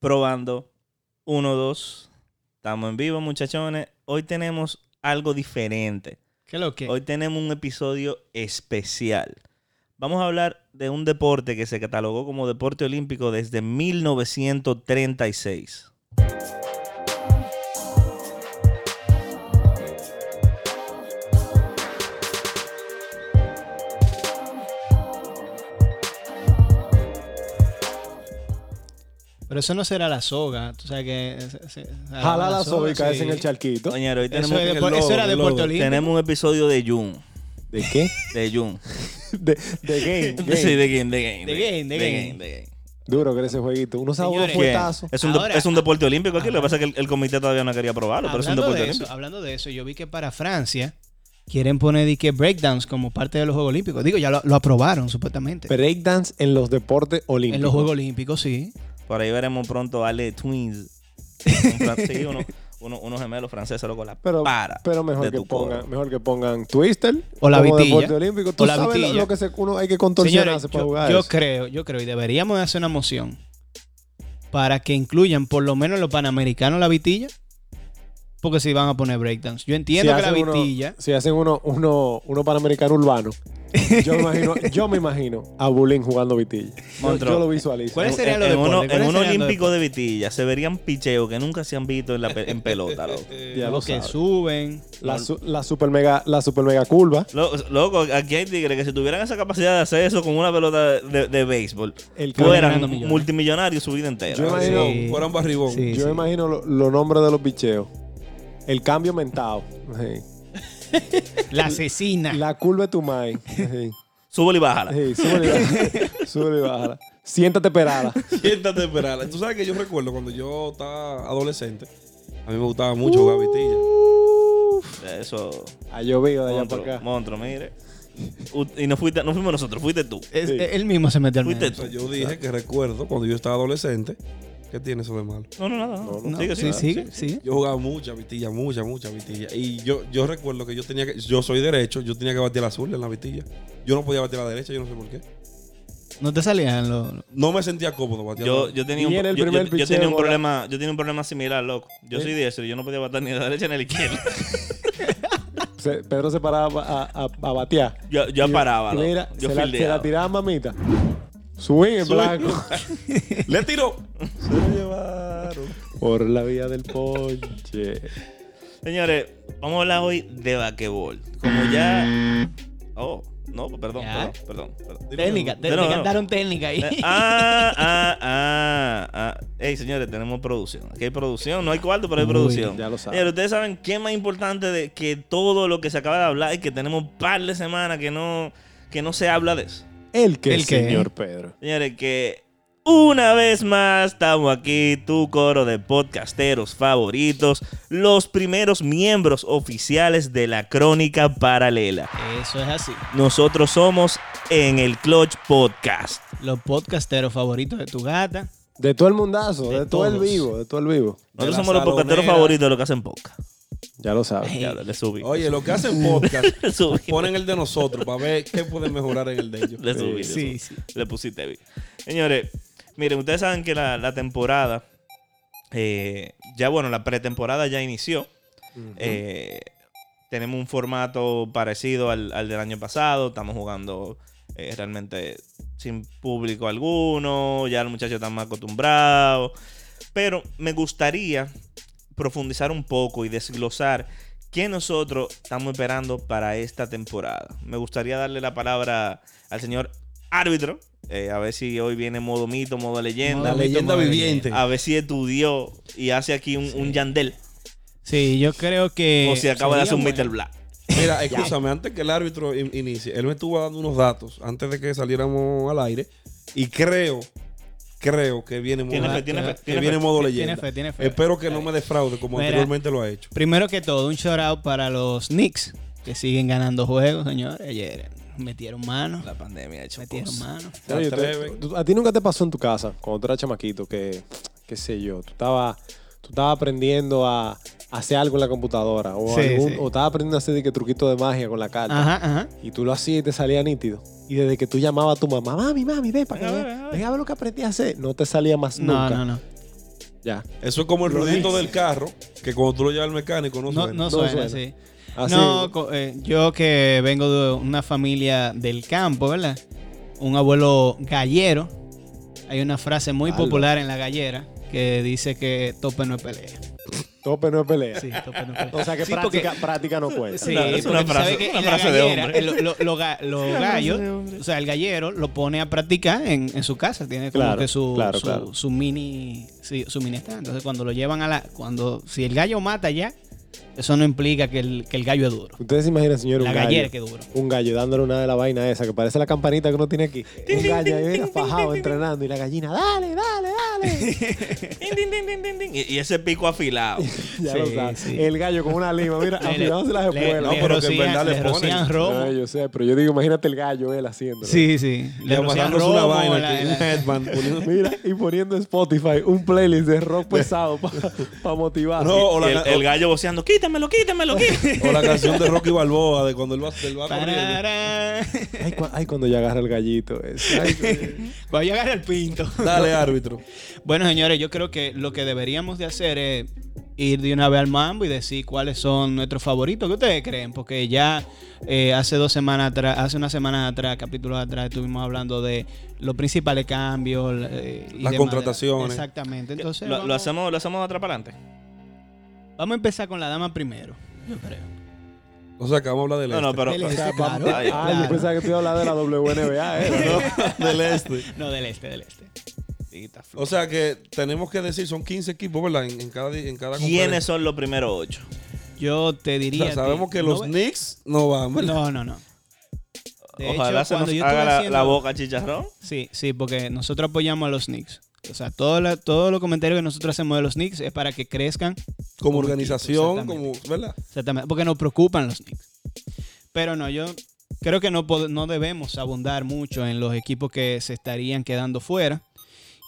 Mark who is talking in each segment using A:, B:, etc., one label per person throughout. A: Probando. Uno, dos. Estamos en vivo, muchachones. Hoy tenemos algo diferente.
B: ¿Qué lo que?
A: Hoy tenemos un episodio especial. Vamos a hablar de un deporte que se catalogó como deporte olímpico desde 1936.
B: Pero eso no será la soga. Tú sabes que. se- se- se-
C: Jala la soga y caes
B: sí.
C: en el charquito.
A: Doñero, hoy
B: Eso,
A: tenemos,
B: es de
A: el
B: Pu- eso
A: logo.
B: era de Puerto
C: logo.
B: Rico.
A: tenemos un episodio de Jun.
C: ¿De qué?
A: De Jun.
C: De, de game, game.
A: Sí, de game, de game.
B: De game, de game.
A: de game.
C: Duro que era ese jueguito. Uno sabe unos
B: Señores.
A: ¿Qué?
C: fuetazos.
A: Es un, de-
B: Ahora-
A: es un deporte olímpico aquí. Lo que pasa es que el, el comité todavía no quería probarlo, pero es un
B: Hablando
A: deporte
B: de eso,
A: olímpico.
B: hablando de eso, yo vi que para Francia quieren poner y que breakdowns como parte de los Juegos Olímpicos. Digo, ya lo, lo aprobaron supuestamente.
C: Breakdance en los deportes olímpicos.
B: en los Juegos Olímpicos, sí.
A: Por ahí veremos pronto a Ale Twins. Un fran- sí, uno- uno- unos gemelos franceses, loco, la
C: Pero,
A: para.
C: pero mejor,
A: de
C: que
A: tu coro.
C: pongan, mejor que pongan Twister
B: O la
C: como
B: vitilla.
C: deporte olímpico. Tú
B: O la
C: sabes lo,
B: vitilla.
C: lo que se, uno hay que contorsionarse
B: Señores,
C: para
B: yo,
C: jugar
B: yo
C: eso.
B: creo, yo creo, y deberíamos hacer una moción para que incluyan por lo menos los panamericanos la vitilla. Porque si van a poner breakdowns. Yo entiendo que la
C: hacen uno-
B: vitilla.
C: si hacen uno, uno, uno panamericano urbano, yo me imagino, yo me imagino a Bulín jugando vitilla. Yo,
A: Montro.
C: yo lo visualizo.
B: ¿Cuál es el-
A: En-
B: serían los
A: en, uno,
B: deportes? ¿Cuáles
A: en un
B: serían los
A: olímpico de vitilla se verían picheos que nunca se han visto en, la pe- en pelota, loco.
C: Ya lo
B: los que
C: sabes.
B: suben.
C: La, su- la super mega, la super mega curva.
A: Lo- Loco, aquí hay tigres que si tuvieran esa capacidad de hacer eso con una pelota de, de béisbol,
C: El
A: fueran
B: ganando millones.
A: multimillonarios su vida entera.
C: Yo imagino-
B: Ah, Sí.
D: Fueron barribón.
B: Sí,
C: Yo
B: sí.
C: me imagino lo- los nombres de los bicheos. El cambio mentado. Sí.
B: La asesina.
C: La curva de tu mai. Sí.
A: Súbele y bájala.
C: Sí, súbele y bájala. Súbele y bájala. Siéntate perada.
D: Siéntate a esperarla. Tú sabes que yo recuerdo cuando yo estaba adolescente, a mí me gustaba mucho
B: Uh.
D: jugar vitilla.
A: Eso.
C: Ha llovido de allá
A: Montro,
C: para acá.
A: Montro, mire. U- y no, fuiste, no fuimos nosotros, fuiste tú.
B: Es- eh,
C: Sí.
B: Él mismo se metió al
A: Fuiste
B: medio.
D: O sea, yo dije que recuerdo cuando yo estaba adolescente. ¿Qué tiene eso de malo?
A: No, no, nada. No,
B: No,
A: Sigue, sigue.
B: sí, sigue, sigue.
D: Yo jugaba mucha vitilla, mucha, mucha vitilla. Y yo, yo recuerdo que yo tenía que. Yo soy derecho, yo tenía que batir la azul en la vitilla. Yo no podía batir la derecha, yo no sé por qué.
B: No te salían los.
D: No me sentía cómodo batiendo.
A: Yo, yo tenía
C: Y
A: un,
C: en el
A: yo- yo-
C: primer
A: yo tenía un
C: picheo,
A: problema, yo tenía un problema similar, loco. Yo soy diestro y yo no podía batar ni a la derecha ni a la izquierda.
C: Se- Pedro se paraba a, a, a batear.
A: Yo, yo
C: Y-
A: paraba,
C: y
A: loco.
C: Mira,
A: yo
C: se, la, se la
A: fildeaba.
C: tiraba a mamita. Subí en
D: Subí.
C: blanco.
D: ¡Le tiró! Se lo llevaron.
C: Por la vía del ponche.
A: Señores, vamos a hablar hoy de vaquebol. Como ya. Oh, no, perdón,
B: Ya.
A: perdón, perdón, perdón.
B: Técnica, te,
A: No,
B: te
A: no, no.
B: cantaron técnica ahí.
A: Eh, Ah, ah, ah, ah. Ey, señores, tenemos producción. Aquí hay producción, no hay cuarto, pero hay
B: Uy,
A: producción.
C: ya lo saben.
A: Señores, ustedes saben qué es más importante de que todo lo que se acaba de hablar y que tenemos un par de semanas que no, que no se habla de eso.
C: El que,
B: El que.
C: señor Pedro.
A: Señores, que una vez más estamos aquí, tu coro de podcasteros favoritos, los primeros miembros oficiales de la Crónica Paralela.
B: Eso es así.
A: Nosotros somos en el Clutch Podcast.
B: Los podcasteros favoritos de tu gata.
C: De todo el mundazo,
B: De
C: de, todo el
B: todos.
C: vivo, de todo el vivo.
D: De
A: Nosotros
D: la
A: somos los podcasteros
D: salonera.
A: favoritos de lo que hacen podcast.
C: Ya lo sabes.
A: Ya, le subí.
D: Oye, lo que hacen podcast,
A: Le subí.
D: ponen el de nosotros para ver qué pueden mejorar en el de ellos.
A: Le subí. le subí.
B: Sí, sí.
A: Le pusiste bien. Señores, miren, ustedes saben que la, la temporada, eh, ya bueno, la pretemporada ya inició. Eh, tenemos un formato parecido al, al del año pasado. Estamos jugando eh, realmente sin público alguno. Ya los muchachos están más acostumbrados. Pero me gustaría profundizar un poco y desglosar qué nosotros estamos esperando para esta temporada. Me gustaría darle la palabra al señor árbitro. eh, a ver si hoy viene modo mito, modo leyenda.
D: La leyenda viviente.
A: A ver si estudió y hace aquí un, un Yandel.
B: Sí, yo creo que.
A: o si acaba de hacer
B: sería
A: un
B: bueno.
A: Mr. Black.
D: Mira, escúchame, antes que el árbitro in- inicie, él me estuvo dando unos datos antes de que saliéramos al aire. Y creo, creo que viene modo,
A: Tiene fe,
D: que
A: tiene fe, tiene
D: viene
A: fe.
D: modo
B: Tiene
D: leyenda.
B: fe, tiene fe.
D: Espero que no me defraude como
B: Mira.
D: anteriormente lo ha hecho.
B: Primero que todo, un shout out para los Knicks que siguen ganando juegos, señores. Ayer metieron mano.
A: La pandemia ha hecho
B: Metieron
A: cosas.
B: mano.
D: Se
C: Oye, tú-
D: atreven.
C: tú- a ti nunca te pasó en tu casa, cuando tú eras chamaquito, que, qué sé yo, tú estabas tú estabas aprendiendo a hacer algo en la computadora o,
B: Sí,
C: algún-
B: sí.
C: o estabas aprendiendo a hacer de que truquito de magia con la carta.
B: Ajá, ajá.
C: Y tú lo hacías y te salía nítido. Y desde que tú llamabas a tu mamá, mami, mami, ven para
A: Venga,
C: que
A: venga,
C: venga, venga a ver lo que aprendí a hacer, no te salía más
B: No,
C: nunca.
B: no, no.
C: Ya.
D: Eso es como el
C: Lo
D: ruidito
C: dice.
D: del carro, que cuando tú lo llevas al mecánico no,
B: No,
D: suena.
B: no
C: No
B: suena,
C: suena.
B: sí.
A: Ah,
C: Así.
B: No, co- eh, yo que vengo de una familia del campo, ¿verdad? Un abuelo gallero. Hay una frase muy
C: Alba.
B: popular en la gallera que dice que tope no es pelea.
C: Tope no es pelea.
B: Sí, tope no es pelea.
C: O sea que
B: Sí, porque-
C: práctica, práctica no cuenta.
B: Sí,
A: Claro, es
B: porque
A: una
B: tú sabes
A: frase-
B: que
A: una
B: en la
A: frase de
B: gallera,
A: hombre.
B: el- lo- lo ga- Los
A: una frase
B: gallos,
A: de hombre.
B: o sea, el gallero lo pone a practicar en, en su casa, tiene como
C: Claro,
B: que su,
C: claro,
B: su,
C: claro.
B: su mini sí, su mini stand. Entonces, cuando lo llevan a la cuando si el gallo mata ya, eso no implica que el, que el gallo es duro.
C: Ustedes se imaginan, señor, un
B: La gallera
C: gallo.
B: que es duro.
C: Un gallo dándole una de la vaina esa, que parece la campanita que uno tiene aquí. Un gallo ahí mira, fajado entrenando y la gallina, dale, dale, dale.
A: Tin, tin, tin, tin, tin, tin. Y, y ese pico afilado.
C: ya
B: Sí,
C: lo sabes.
B: sí.
C: El gallo con una lima, mira,
B: Le-
C: afilándose las
B: le-
C: espuelas.
B: le
D: No, pero que en
B: rocían-
D: verdad le
B: le
D: ponen.
B: rocían romo.
C: No, yo sé, pero yo digo, imagínate el gallo él haciendo.
B: Sí, sí. Le
D: Y
B: rocían
D: amarrándose una
B: romo,
D: vaina
B: la-
D: aquí, un
B: la-
D: headband, poniendo-
C: Mira, y poniendo en Spotify un playlist de rock pesado para motivar.
D: No, o
A: Y
D: la,
A: el, el gallo voceando, quítamelo, quítamelo, quítamelo.
D: o la canción de Rocky Balboa, de cuando él va, él va corriendo.
B: Tararán.
C: Ay, cu- ay, cuando yo agarra el gallito. ese. Ay, qué-
B: Cuando llegar el pinto.
D: Dale, árbitro.
B: Bueno, señores, yo creo que lo que deberíamos de hacer es ir de una vez al mambo y decir cuáles son nuestros favoritos. ¿Qué ustedes creen? Porque ya eh, hace dos semanas atrás, hace una semana atrás, capítulos atrás, estuvimos hablando de los principales cambios. eh, y
D: Las
B: demás.
D: contrataciones.
B: Exactamente. Entonces,
A: Lo,
B: vamos,
A: lo hacemos, lo hacemos de atrás para adelante.
B: vamos a empezar con la dama primero. Yo creo.
D: O sea, que vamos a hablar del
A: No, no,
D: este.
A: pero.
B: Del
A: pero-
B: este, claro.
A: Ay,
C: Ah, yo pensaba que te iba a hablar de la WNBA, eh.
D: No, del este.
B: No, del este, del este.
D: O sea, que tenemos que decir, son 15 equipos, ¿verdad? En, en cada, di- en cada
A: ¿Quiénes son los primeros ocho?
B: Yo te
D: conferencia.
B: diría.
D: O sea, sabemos que
B: no
D: los
B: ve-
D: Knicks no van, ¿verdad?
B: No, no, no. De
A: Ojalá
B: hecho,
A: se nos
B: cuando yo
A: haga
B: estuve
A: la,
B: haciendo-
A: la boca chicharrón.
B: Sí, sí, porque nosotros apoyamos a los Knicks. O sea, todo la- todos los comentarios que nosotros hacemos de los Knicks es para que crezcan. Como
D: Como organización,
B: equipo,
D: como, ¿verdad?
B: Exactamente. Porque nos preocupan los Knicks. Pero no, yo creo que no, pod- no debemos abundar mucho en los equipos que se estarían quedando fuera.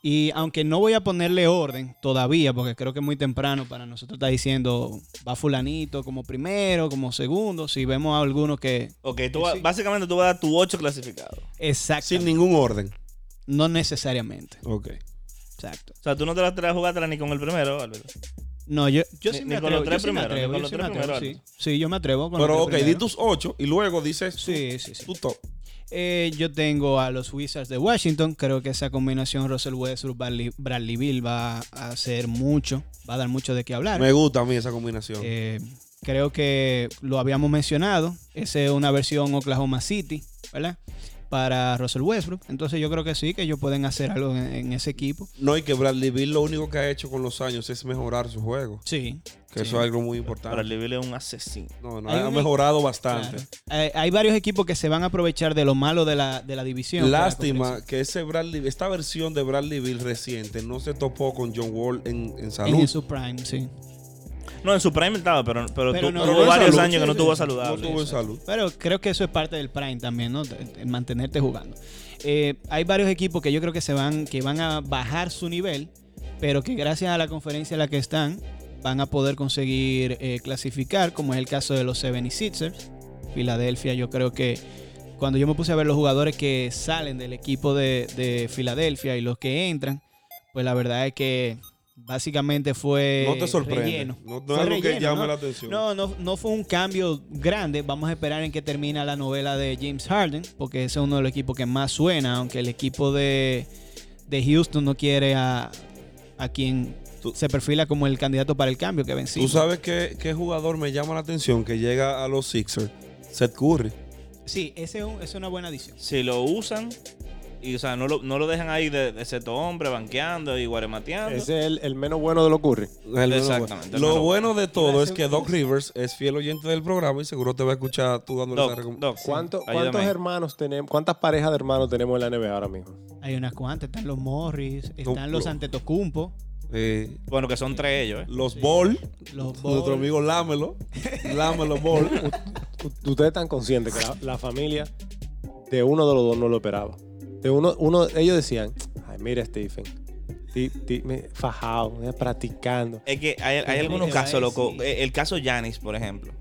B: Y aunque no voy a ponerle orden todavía, porque creo que es muy temprano para nosotros estar diciendo va fulanito como primero, como segundo, si vemos a alguno que...
A: Ok, tú vas- básicamente tú vas a dar tu ocho clasificado.
B: Exacto.
D: Sin ningún orden.
B: No necesariamente.
D: Ok.
B: Exacto.
A: O sea, tú no te las traes a jugar ni con el primero, Álvaro.
B: No, yo, yo
A: Ni-
B: sí
A: ni
B: me
A: con
B: atrevo.
A: los tres
B: yo
A: primeros,
B: sí me
A: ni
B: atrevo,
A: con
B: yo
A: los
B: sí
A: tres
B: me atrevo,
A: primeros,
B: sí. Sí, yo me atrevo con los
D: Pero, ok,
B: tres
D: di
B: primeros.
D: tus 8 y luego dices tu-
B: Sí, sí, sí.
D: tu top.
B: Eh, yo tengo a los Wizards de Washington. Creo que esa combinación Russell Westbrook, Bradley, Bradley Beal va a hacer mucho. Va a dar mucho de qué hablar.
D: Me gusta a mí esa combinación.
B: Eh, creo que lo habíamos mencionado. Esa es una versión Oklahoma City, ¿verdad? Para Russell Westbrook. Entonces yo creo que sí, que ellos pueden hacer algo en, en ese equipo.
D: No, y que Bradley Bill lo único que ha hecho con los años es mejorar su juego.
B: Sí.
D: Que
B: sí.
D: eso es algo muy importante.
A: Para el nivel es un asesino.
D: No, no,
B: Hay
D: ha
B: un-
D: mejorado bastante.
B: Claro. Eh, hay varios equipos que se van a aprovechar de lo malo de la, de la división. de la
D: Lástima que ese Bradley, esta versión de Bradley Bill reciente no se topó con John Wall en, en salud.
B: En su prime, sí.
A: No, en su prime estaba, pero, pero,
B: Pero
A: tu-
B: no,
A: tuvo
B: no en
A: varios
D: salud.
A: años que no tuvo saludable.
D: no tuvo en salud.
B: Pero creo que eso es parte del prime también, ¿no? De- de mantenerte jugando. Eh, hay varios equipos que yo creo que se van, que van a bajar su nivel, pero que gracias a la conferencia en la que están, van a poder conseguir eh, clasificar, como es el caso de los 76ers. Filadelfia, yo creo que cuando yo me puse a ver los jugadores que salen del equipo de, de Filadelfia y los que entran, pues la verdad es que básicamente fue
D: no te sorprende.
B: eh, relleno.
D: No, no
B: Fue
D: es algo que
B: relleno,
D: llame
B: ¿no?
D: la atención.
B: No, no, no fue un cambio grande. Vamos a esperar en que termina la novela de James Harden, porque ese es uno de los equipos que más suena, aunque el equipo de, de Houston no quiere a, a quien
D: Tú-
B: se perfila como el candidato para el cambio, que venció.
D: Tú sabes qué, qué jugador me llama la atención que llega a los Sixers. Seth Curry.
B: Sí, ese es, un- es una buena adición.
A: Si lo usan, y o sea, no lo, no lo dejan ahí de, de seto hombre, banqueando y guaremateando.
C: Ese es el, el menos bueno de lo ocurre.
D: El-
A: Exactamente,
D: Lo
A: hermano.
D: bueno de todo
B: Iba a
D: es
B: ser-
D: que Doc Rivers es fiel oyente del programa y seguro te va a escuchar tú dándole esa
A: Doc,
D: recom-
A: Doc,
C: ¿Cuánto-
A: ayúdame
C: ¿Cuántos
A: ahí.
C: hermanos tenemos? ¿Cuántas parejas de hermanos tenemos en la NBA ahora mismo?
B: Hay unas cuantas, están los Morris, están los
D: Tocumpo.
B: Antetokounmpo,
D: Eh,
A: Bueno, que son tres ellos, ¿eh?
D: los Ball.
B: los
D: Nuestro
B: Ball.
D: amigo Lámelo. Lámelo Ball.
C: U- Ustedes están conscientes que la, la familia de uno de los dos no lo operaba. De uno, uno, ellos decían, ay, mira Stephen, ti- ti- me- fajado, me- practicando.
A: Es que hay, hay
B: Sí,
A: algunos
B: te va a
A: casos, loco.
B: decir.
A: Eh, El caso Yanis, por ejemplo.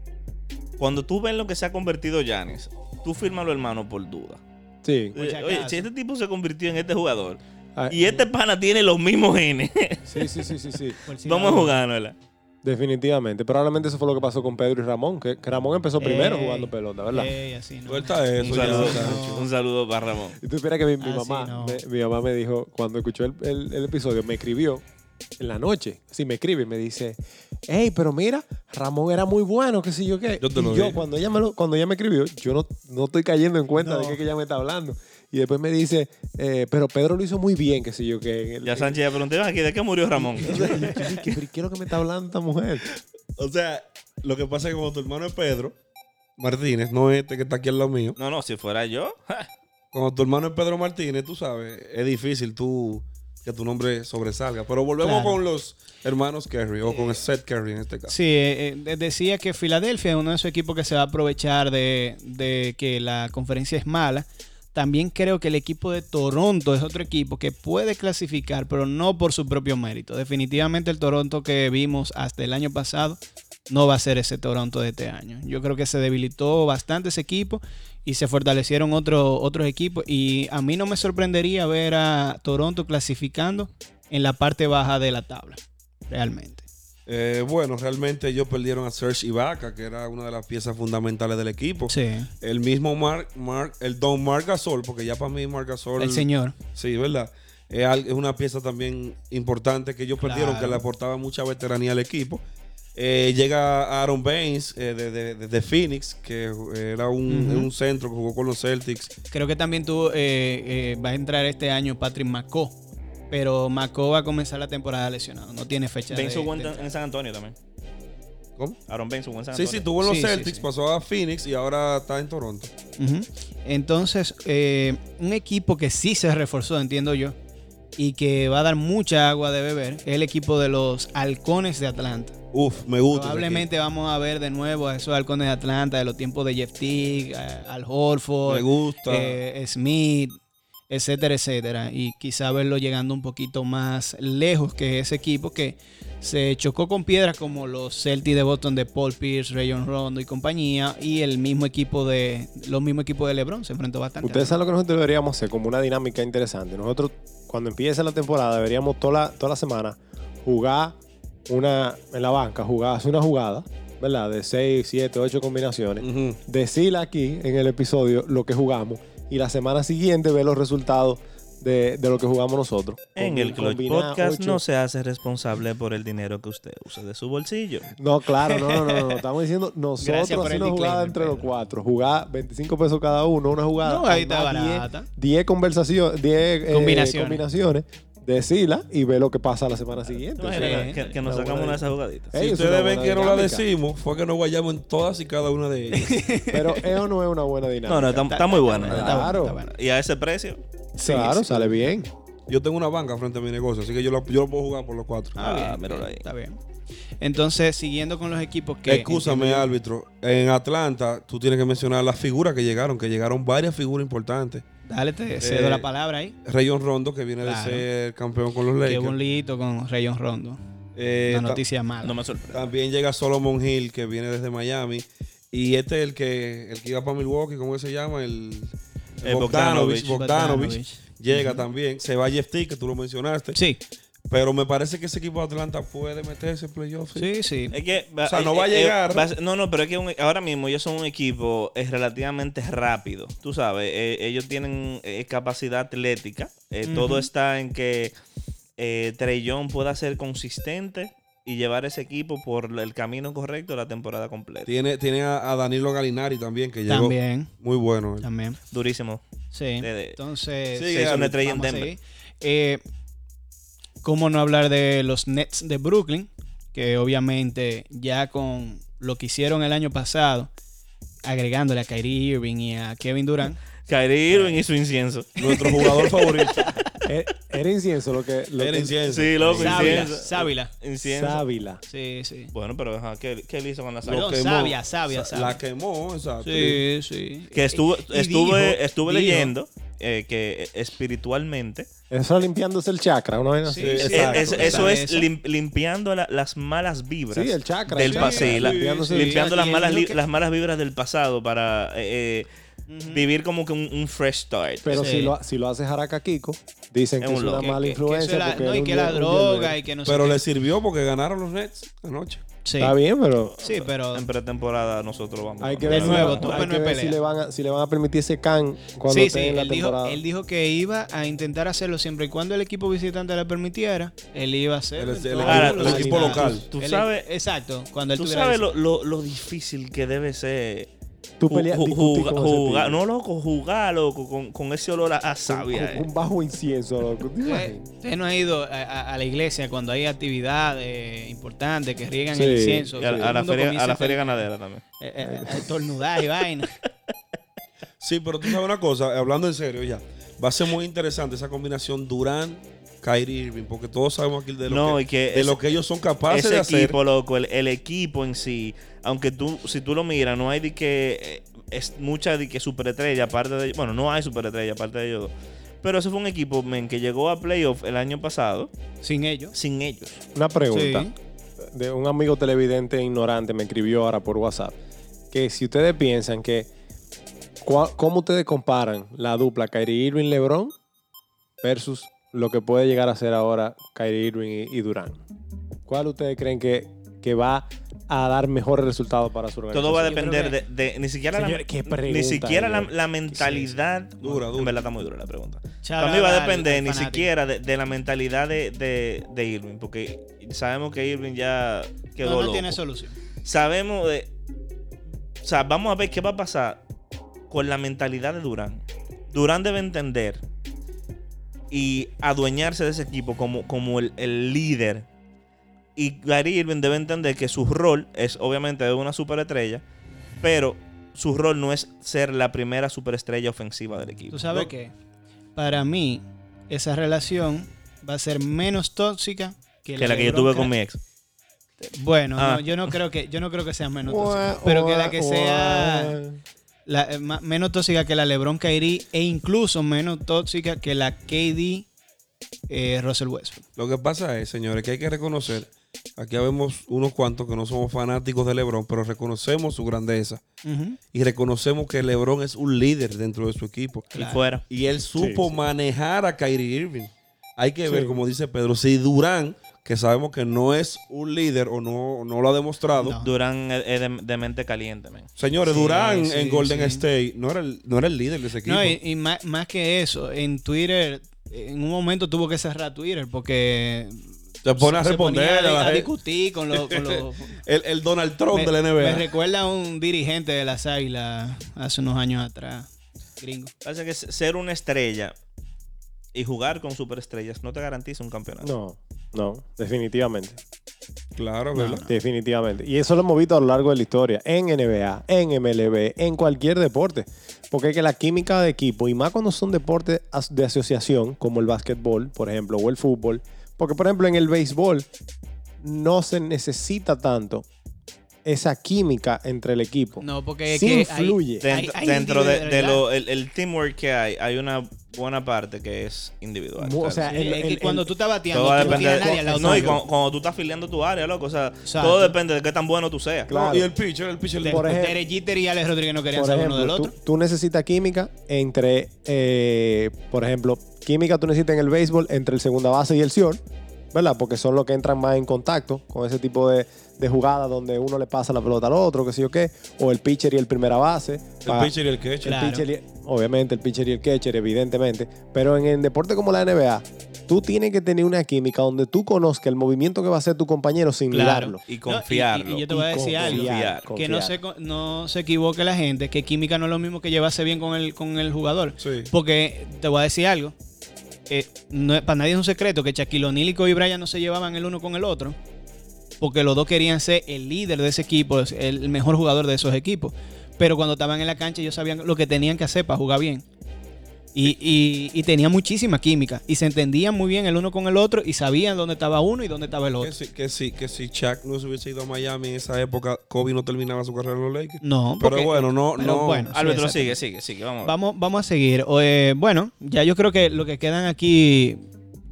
A: Cuando tú ves lo que se ha convertido Yanis, tú fírmalo, hermano, por duda.
C: Sí.
B: Por si
A: Eh, Oye,
B: acaso.
A: si este tipo se convirtió en este jugador,
C: Ah,
A: Y este pana tiene los mismos genes.
C: Sí, sí, sí, sí, sí.
B: Por si
A: Vamos a
B: la duda.
A: jugárnosla.
C: Definitivamente. Probablemente eso fue lo que pasó con Pedro y Ramón, que, que Ramón empezó primero
A: Eh,
B: Ey.
C: jugando pelota, ¿verdad?
B: Ey, Eh, así no.
D: Suelta eso.
A: Un
D: ya,
A: saludo,
D: o sea,
B: no.
A: un saludo para Ramón.
C: Y tú supieras que mi, mi
B: Ah, sí,
C: mamá,
B: no.
C: me, mi mamá me dijo, cuando escuchó el, el- el episodio, me escribió en la noche. Sí, me escribe y me dice, hey, pero mira, Ramón era muy bueno, qué sé yo qué.
D: Yo te
C: y
D: lo
C: yo,
D: dije.
C: cuando ella, me lo- cuando ella me escribió, yo no, no estoy cayendo en cuenta
B: No.
C: de qué que ella me está hablando. Y después me dice, "Eh, pero Pedro lo hizo muy bien, qué sé yo qué. en el-
A: Ya Sánchez ya pregunté, "Ah, ¿de qué murió Ramón?
C: Y yo dije, "¿Pero ¿Qué es lo que me está hablando esta mujer?
D: o sea, lo que pasa es que como tu hermano es Pedro Martínez, no este que está aquí al lado mío,
A: No, no, si fuera yo. ja.
D: cuando tu hermano es Pedro Martínez, tú sabes, es difícil tú que tu nombre sobresalga. Pero volvemos
B: Claro. Eh,
D: con los hermanos Kerry o con Seth Kerry en este caso.
B: Sí, eh, eh, de- decía que Filadelfia es uno de esos equipos que se va a aprovechar de, de que la conferencia es mala. También creo que el equipo de Toronto es otro equipo que puede clasificar, pero no por su propio mérito. Definitivamente el Toronto que vimos hasta el año pasado no va a ser ese Toronto de este año. Yo creo que se debilitó bastante ese equipo y se fortalecieron otro- otros equipos. Y a mí no me sorprendería ver a Toronto clasificando en la parte baja de la tabla, realmente.
D: Eh, bueno, realmente ellos perdieron a Serge Ibaka, que era una de las piezas fundamentales del equipo.
B: Sí.
D: El mismo Mark, Mark, el Don Marc Gasol, porque ya para mí Marc Gasol.
B: El señor.
D: Sí, ¿verdad? Es al- es una pieza también importante que ellos perdieron,
B: Claro.
D: que le aportaba mucha veteranía al equipo. Eh, llega Aaron Baines eh, de, de- de- de Phoenix, que eh, era un,
B: Ujú.
D: un centro que jugó con los Celtics.
B: Creo que también tú eh, eh, va a entrar este año Patrick Macó. Pero Macó va a comenzar la temporada lesionado. No tiene fecha
A: Ben
B: de-
A: jugó en,
B: de-
A: en San Antonio también.
D: ¿Cómo?
A: Aaron Ben jugó en San
D: Sí,
A: Antonio.
D: sí, tuvo en los
B: Sí, sí,
D: Celtics,
B: sí.
D: pasó a Phoenix y ahora está en Toronto.
B: Ujú. Entonces, eh, un equipo que sí se reforzó, entiendo yo, y que va a dar mucha agua de beber, es el equipo de los halcones de Atlanta.
D: Uf, me gusta. ese
B: Probablemente vamos a ver de nuevo a esos halcones de Atlanta, de los tiempos de Jeff Teague, a- al
D: equipo. Me
B: Horford,
D: gusta.
B: eh, Smith, etcétera, etcétera. Y quizá verlo llegando un poquito más lejos que ese equipo que se chocó con piedras como los Celtics de Boston de Paul Pierce, Rayon Rondo y compañía. Y el mismo equipo de. Los mismos equipos de LeBron se enfrentó bastante.
C: Ustedes saben lo que nosotros deberíamos hacer como una dinámica interesante. Nosotros, cuando empiece la temporada, deberíamos toda la, toda la semana jugar una en la banca, jugar hacer una jugada, ¿verdad? De 6, 7, 8
A: Mm.
C: combinaciones.
D: Ujú.
C: Decir aquí en el episodio lo que jugamos y la semana siguiente ver los resultados de, de lo que jugamos nosotros.
A: En
C: Combi-
A: el Clutch
C: combinar
A: Podcast
C: ocho-
A: no se hace responsable por el dinero que usted usa de su bolsillo.
C: No, claro, no, no, no, no. Estamos diciendo nosotros
B: Gracias por
C: hacer
B: el
C: una jugada
B: disclaimer,
C: entre los
B: Pedro.
C: cuatro. Jugar 25 pesos cada uno, una jugada.
B: No, ahí está
C: armar 10
B: barata.
C: 10 conversaciones, 10 eh,
B: Combinaciones.
C: combinaciones, decila y ve lo que pasa la semana siguiente.
A: ¿Tú imaginas
B: sí.
A: que, que nos sacamos
C: Está buena
A: una de esas jugaditas.
C: Ey,
D: Si
C: es una
D: ustedes ven
C: buena
D: que no la
C: dinámica.
D: decimos, fue que nos guayamos en todas y cada una de ellas.
C: Pero eso no es una buena dinámica.
A: No, no, está, está muy buena.
C: buena,
A: Está-
C: Claro.
A: Y a ese precio.
C: claro, sale bien.
D: Yo tengo una banca frente a mi negocio, así que yo lo, yo lo puedo jugar por los cuatro.
A: Ah,
B: Ah,
A: míralo ahí.
B: Está bien. Entonces, siguiendo con los equipos que.
D: Excúsame, árbitro. En Atlanta, tú tienes que mencionar las figuras que llegaron, que llegaron varias figuras importantes.
B: Dale, te cedo
D: Eh,
B: la palabra ahí.
D: Rayon Rondo, que viene
B: Claro.
D: de ser campeón con los
B: Qué
D: Lakers.
B: bonito con Rayon Rondo.
D: Eh,
B: Una
D: ta-
B: noticia mala.
A: No me sorprende.
D: También llega Solomon Hill, que viene desde Miami. Y este es el que, el que iba para Milwaukee, ¿cómo que se llama? El,
A: Eh,
D: Bogdanovich.
A: Bogdanovich.
D: Bogdanovich.
B: Bogdanovich.
D: Llega también. Se va Jeff T, que tú lo mencionaste.
B: Sí,
D: Pero me parece que ese equipo de Atlanta puede meterse en playoffs.
B: sí, sí.
A: Es que,
D: O sea, no va a llegar.
A: va a ser- no, no, pero es que un- ahora mismo ellos son un equipo es relativamente rápido. Tú sabes, eh, ellos tienen eh, capacidad atlética. Eh, Todo está en que eh, Trey Young pueda ser consistente y llevar ese equipo por el camino correcto la temporada completa.
D: Tiene, tiene a, a Danilo Galinari también, que llegó
B: También,
D: muy bueno.
B: también.
A: Durísimo.
B: Sí.
A: De- de-
B: Entonces,
D: Sí,
A: Se hizo una estrella en
B: vamos a
A: Denver.
B: seguir. Eh, ¿Cómo no hablar de los Nets de Brooklyn? Que obviamente ya con lo que hicieron el año pasado, agregándole a Kyrie Irving y a Kevin Durant,
A: Kyrie Irving y su incienso.
D: Nuestro jugador favorito.
C: Eh, Era incienso lo que. Lo
D: Era
C: que-
D: incienso.
A: Sí, loco,
B: Sábila,
A: incienso.
B: Sábila.
A: Incienso.
C: Sábila.
B: Sí, sí.
A: Bueno, pero ajá, ¿qué, qué le hizo con la
D: Lo
A: salud?
B: Perdón, sabia, sabia,
D: Sa-
B: sabia.
D: La quemó, exacto.
B: Sí, sí.
A: Que estuvo,
B: Y
A: estuve,
B: dijo-
A: estuve
B: dijo-
A: leyendo eh, que espiritualmente
C: Eso limpiándose el chakra, una vaina
B: Sí,
C: así.
A: eh,
D: Exacto,
A: es-
B: exacto.
A: eso es
B: Esa.
A: lim- limpiando la- las malas vibras
C: Sí, el chakra.
A: del
C: sí,
A: pasado, la-
C: limpiándose
B: sí.
A: limpiando las
B: Y
A: malas
B: lo
A: li-
B: que-
A: las malas vibras del pasado para eh, eh, vivir como que un, un fresh start.
C: Pero
B: Sí.
C: si, lo, si lo hace Jaraca Kiko, dicen
A: Es
C: que
A: un
C: es una
A: loco. Que-
C: mala
B: Que- que eso
C: influencia.
B: era-
C: porque
B: no,
C: era
B: y
C: un
B: que la
C: yellow- un
B: droga
C: yellow.
B: y que no sé
D: Pero
B: qué.
D: le sirvió porque ganaron los Nets anoche.
B: Sí.
C: Está bien, pero
B: Sí, pero
A: En pretemporada nosotros vamos.
C: hay que
A: a-
C: ver,
B: De
C: si
B: nuevo,
C: le-
B: tú,
C: hay
B: pero no
C: que
B: hay
C: ver si,
B: pelea.
C: le van a, si le van a permitir ese can cuando
B: sí,
C: esté
B: sí,
C: en la
B: él dijo,
C: temporada.
B: él dijo que iba a intentar hacerlo siempre y cuando el equipo visitante le permitiera, él iba a hacer
D: El- el
B: todo
D: equipo-
B: lo
A: el
B: demás.
A: equipo
D: local.
A: Tú
B: Él-
A: sabes-
B: exacto, cuando él
A: Tú
B: tuviera
A: sabes
B: eso.
A: lo, lo- lo difícil que debe ser
C: Tú
A: ju-
C: peleas,
A: ju-
C: discutí
A: juga-
C: con ese
A: jugar,
C: tipo.
A: no loco, jugar loco con, con ese olor a, a savia.
C: Con-
A: eh.
C: con Un bajo incienso, loco. ¿Te
B: Usted,
C: imaginas?
B: Pues, usted no ha ido a, a- a la iglesia cuando hay actividades importantes que riegan
C: Sí,
B: el incienso.
A: Y a,
B: que
A: a
B: el
A: la
B: mundo
A: feria, a
B: comienza
A: la feria ganadera también.
B: eh, eh, a estornudar y vaina.
D: Sí, pero tú sabes una cosa, hablando en serio ya, va a ser muy interesante esa combinación Durán, Kyrie Irving, porque todos sabemos aquí de lo,
A: No, y
D: que,
A: que
D: de
A: ese-
D: lo que ellos son capaces
A: Ese
D: de hacer.
A: equipo, loco, el, el equipo en sí, aunque tú, si tú lo miras, no hay de que eh, es mucha de que superestrella, aparte de bueno, no hay superestrella aparte de ellos dos. Pero ese fue un equipo men, que llegó a playoff el año pasado
B: Sin ellos.
A: sin ellos.
C: Una pregunta.
B: Sí.
C: De un amigo televidente e ignorante me escribió ahora por WhatsApp. Que si ustedes piensan que. cua- ¿Cómo ustedes comparan la dupla Kyrie Irving-Lebron versus lo que puede llegar a ser ahora Kyrie Irving y, y Durán? ¿Cuál ustedes creen que, que va a dar mejores resultados para su organización?
A: Todo va a
B: creo
A: depender
B: que-
A: de, de- ni siquiera
C: Señores, qué
A: la,
C: pregunta,
A: ni siquiera la,
C: Dios.
A: la mentalidad
D: Dura, dura.
A: En verdad está muy dura la pregunta.
B: Shout
A: También va
B: out
A: a
B: al-
A: depender
B: al
A: ni
B: fanático.
A: siquiera de, de la mentalidad de, de, de Irving, porque sabemos que Irving ya
B: No,
A: quedó
B: no
A: loco.
B: tiene solución.
A: sabemos de. O sea, vamos a ver qué va a pasar con la mentalidad de Durán. Durán debe entender y adueñarse de ese equipo como, como el, el líder. Y Gary Irving debe entender que su rol es, obviamente, de una superestrella, pero su rol no es ser la primera superestrella ofensiva del equipo.
B: Tú sabes que para mí esa relación va a ser menos tóxica que,
A: que la que yo tuve con mi
B: conmigo.
A: ex.
B: Bueno,
A: Ah.
B: no, yo no creo que yo no creo que sea menos
C: Ua,
B: tóxica, pero que la
C: ua,
B: que sea
C: ua.
B: la, eh, ma- menos tóxica que la LeBron Kyrie e incluso menos tóxica que la KD eh, Russell Westbrook.
D: Lo que pasa es, señores, que hay que reconocer, aquí habemos unos cuantos que no somos fanáticos de Lebron, pero reconocemos su grandeza
B: Ujú.
D: y reconocemos que Lebron es un líder dentro de su equipo.
A: Y fuera.
D: Y él supo
C: Sí, sí.
D: manejar a Kyrie Irving. Hay que ver,
C: Sí.
D: como dice Pedro, si Durán, que sabemos que no es un líder o no, no lo ha demostrado,
B: No.
A: Durán es es de, de mente caliente, man.
D: Señores,
B: Sí,
D: Durán
B: sí,
D: en Golden
B: sí.
D: State no era, el, no era el líder de ese equipo.
B: No, y, y más, más que eso, en Twitter en un momento tuvo que cerrar Twitter porque
D: Te pone a
B: se ponía
D: responder a
B: a,
D: la
B: a
D: gente.
B: discutir con los, con los
D: el, el Donald Trump
B: me,
D: de la
B: me
D: NBA.
B: recuerda a un dirigente de las águilas hace unos años atrás, gringo.
A: Pasa que ser una estrella y jugar con superestrellas no te garantiza un campeonato.
C: No, no, definitivamente.
D: Claro, ¿verdad?
C: Definitivamente. Y eso lo hemos visto a lo largo de la historia, en NBA, en MLB, en cualquier deporte. Porque es que la química de equipo, y más cuando son deportes as- de asociación, como el básquetbol, por ejemplo, o el fútbol, porque por ejemplo en el béisbol no se necesita tanto esa química entre el equipo.
B: No, porque es
C: Sí
B: que
C: influye.
B: hay- hay-
A: Dentro,
B: hay
A: dentro de, de
B: individualidad.
A: lo, el, el teamwork que hay, hay una buena parte que es individual.
C: Mu- o
A: claro.
C: sea,
B: Sí,
C: el-
B: es que
C: el-
B: cuando
C: el-
B: tú estás bateando,
A: todo va a
B: tú no
A: depender de,
B: tienes a nadie al lado
A: No, y
B: tuyo.
A: cuando, cuando tú estás filiando tu área, loco, o sea,
B: Exacto.
A: todo depende de qué tan bueno tú seas.
C: Claro.
D: No, y el pitcher, el pitcher.
B: Te-
C: Por ejemplo-
B: Derek Jeter y Alex Rodríguez no querían
C: Por
B: ser uno del
C: ejemplo, tú,
B: otro.
C: tú necesitas química entre, eh, por ejemplo, química tú necesitas en el béisbol entre el segunda base y el short, ¿verdad? Porque son los que entran más en contacto con ese tipo de, de jugadas donde uno le pasa la pelota al otro, qué sé yo qué, o el pitcher y el primera base.
D: el
C: pa-
D: pitcher y el catcher.
C: el
B: Claro.
C: pitcher y- obviamente el pitcher y el catcher, evidentemente, pero en el deporte como la NBA, tú tienes que tener una química donde tú conozcas el movimiento que va a hacer tu compañero sin
B: Claro.
C: mirarlo.
A: Y
B: No, y-
A: confiarlo.
B: y yo te voy a decir algo.
A: Confiar,
B: Que no se, co- no se equivoque la gente, que química no es lo mismo que llevarse bien con el, con el jugador.
D: Sí.
B: Porque te voy a decir algo. eh, no es- para nadie es un secreto que Shaquille O'Neal y Kobe Bryant no se llevaban el uno con el otro. Porque los dos querían ser el líder de ese equipo, el mejor jugador de esos equipos. Pero cuando estaban en la cancha, ellos sabían lo que tenían que hacer para jugar bien. Y, y, y tenía muchísima química. Y se entendían muy bien el uno con el otro y sabían dónde estaba uno y dónde estaba el
D: Que
B: otro.
D: si, que, si, que si Shaq no se hubiese ido a Miami en esa época, Kobe no terminaba su carrera en los Lakers.
B: No,
D: pero
B: porque-
D: bueno, no.
B: pero
D: no
B: bueno.
A: Árbitro,
B: Sí,
A: sigue, sigue, sigue. Vamos. a ver.
B: Vamos, vamos a seguir. O, eh, bueno, ya yo creo que lo que quedan aquí,